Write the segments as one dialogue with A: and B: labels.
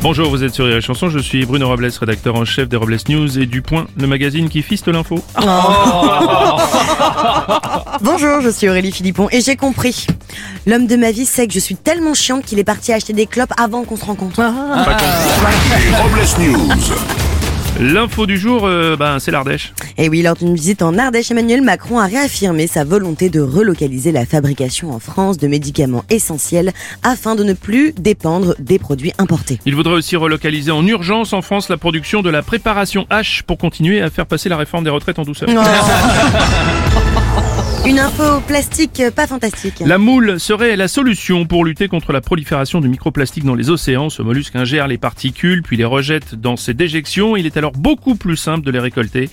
A: Bonjour, vous êtes sur Rire et Chanson, je suis Bruno Robles, rédacteur en chef des Robles News et du Point, le magazine qui fiste l'info.
B: Bonjour, je suis Aurélie Philippon et j'ai compris. L'homme de ma vie sait que je suis tellement chiante qu'il est parti acheter des clopes avant qu'on se rencontre.
C: Les Robles News.
A: L'info du jour, euh, ben, c'est l'Ardèche.
B: Et oui, lors d'une visite en Ardèche, Emmanuel Macron a réaffirmé sa volonté de relocaliser la fabrication en France de médicaments essentiels afin de ne plus dépendre des produits importés.
A: Il voudrait aussi relocaliser en urgence en France la production de la préparation H pour continuer à faire passer la réforme des retraites en douceur.
B: Une info plastique euh, pas fantastique.
A: La moule serait la solution pour lutter contre la prolifération du microplastique dans les océans. Ce mollusque ingère les particules puis les rejette dans ses déjections. Il est alors beaucoup plus simple de les récolter.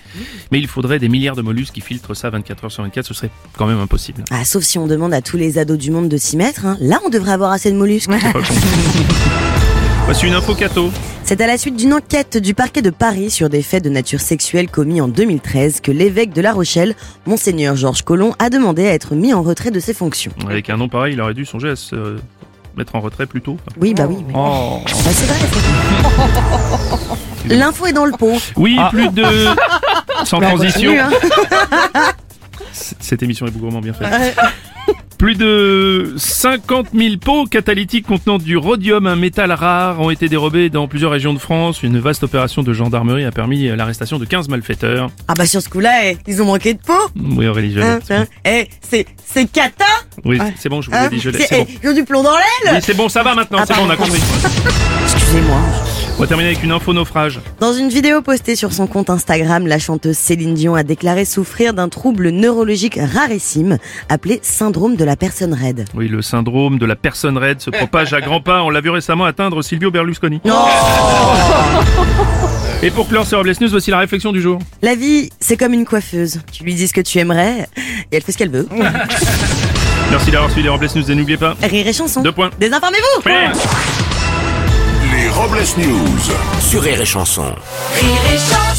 A: Mais il faudrait des milliards de mollusques qui filtrent ça 24 heures sur 24. Ce serait quand même impossible.
B: Ah, sauf si on demande à tous les ados du monde de s'y mettre. hein. Là, on devrait avoir assez de mollusques.
A: Voici une info cato.
B: C'est à la suite d'une enquête du parquet de Paris sur des faits de nature sexuelle commis en 2013 que l'évêque de La Rochelle, monseigneur Georges Colomb, a demandé à être mis en retrait de ses fonctions.
A: Avec un nom pareil, il aurait dû songer à se euh, mettre en retrait plus tôt.
B: Oui, bah oui. mais-
A: Oh.
B: Bah, c'est vrai. c'est- L'info est dans le pot.
A: Oui, plus de... Sans transition.
B: Ah. Continue, hein.
A: C- Cette émission est gourmand bien faite. Plus de 50 000 pots catalytiques contenant du rhodium, un métal rare, ont été dérobés dans plusieurs régions de France. Une vaste opération de gendarmerie a permis l'arrestation de 15 malfaiteurs.
B: Ah bah sur ce coup-là, eh, ils ont manqué de peau.
A: Oui, Aurélie, je l'ai.
B: Hein, hein. Eh, c'est c'est cata.
A: Oui, c'est bon, je vous
B: hein.
A: l'ai dit, je l'ai.
B: C'est-
A: C'est bon.
B: eh, Ils ont du plomb dans l'aile.
A: Oui, c'est bon, ça va maintenant,
B: Ah,
A: c'est bon, on a
B: pardon.
A: compris.
B: Excusez-moi.
A: On va terminer avec une info naufrage.
B: Dans une vidéo postée sur son compte Instagram, la chanteuse Céline Dion a déclaré souffrir d'un trouble neurologique rarissime appelé syndrome de la personne raide.
A: Oui, le syndrome de la personne raide se propage à grands pas. On l'a vu récemment atteindre Silvio Berlusconi. Et pour clore ce Robles News, voici la réflexion du jour.
B: La vie, c'est comme une coiffeuse. Tu lui dis ce que tu aimerais et elle fait ce qu'elle veut.
A: Merci d'avoir suivi les Robles News et n'oubliez pas.
B: Rire et chanson.
A: Deux points.
B: Désinformez-vous
C: Les Robles News.
D: Sur Rire et Chanson.
E: Rire et chanson